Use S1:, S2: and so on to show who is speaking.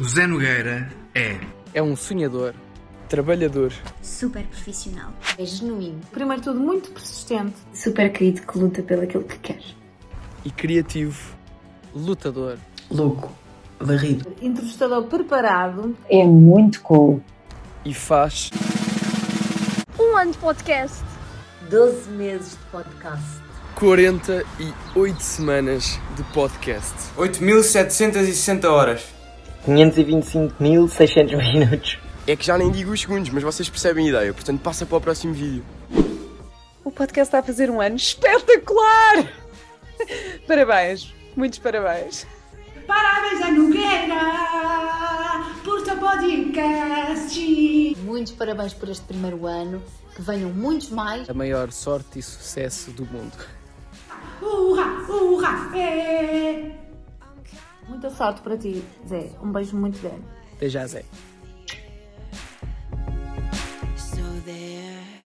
S1: O Zé Nogueira é.
S2: É um sonhador, trabalhador,
S3: Super profissional.
S4: É genuíno.
S5: Primeiro de tudo, muito persistente.
S6: Super querido que luta pelo aquilo que quer.
S7: e criativo.
S2: lutador,
S8: louco, varrido,
S5: Entrevistador preparado.
S9: É muito cool.
S7: E faz.
S10: Um ano de podcast.
S4: 12 meses de podcast.
S7: 48 semanas de podcast.
S11: 8.760 horas.
S8: 525.600 minutos.
S7: É que já nem digo os segundos, mas vocês percebem a ideia, portanto passa para o próximo vídeo.
S5: O podcast está a fazer um ano espetacular! Parabéns, muitos parabéns.
S10: Parabéns a Nogueira por teu podcast.
S4: Muitos parabéns por este primeiro ano. Que venham muitos mais.
S2: a maior sorte e sucesso do mundo.
S10: Urra, urra, é.
S5: Muita sorte para ti, Zé. Um beijo muito grande.
S2: Até já, Zé.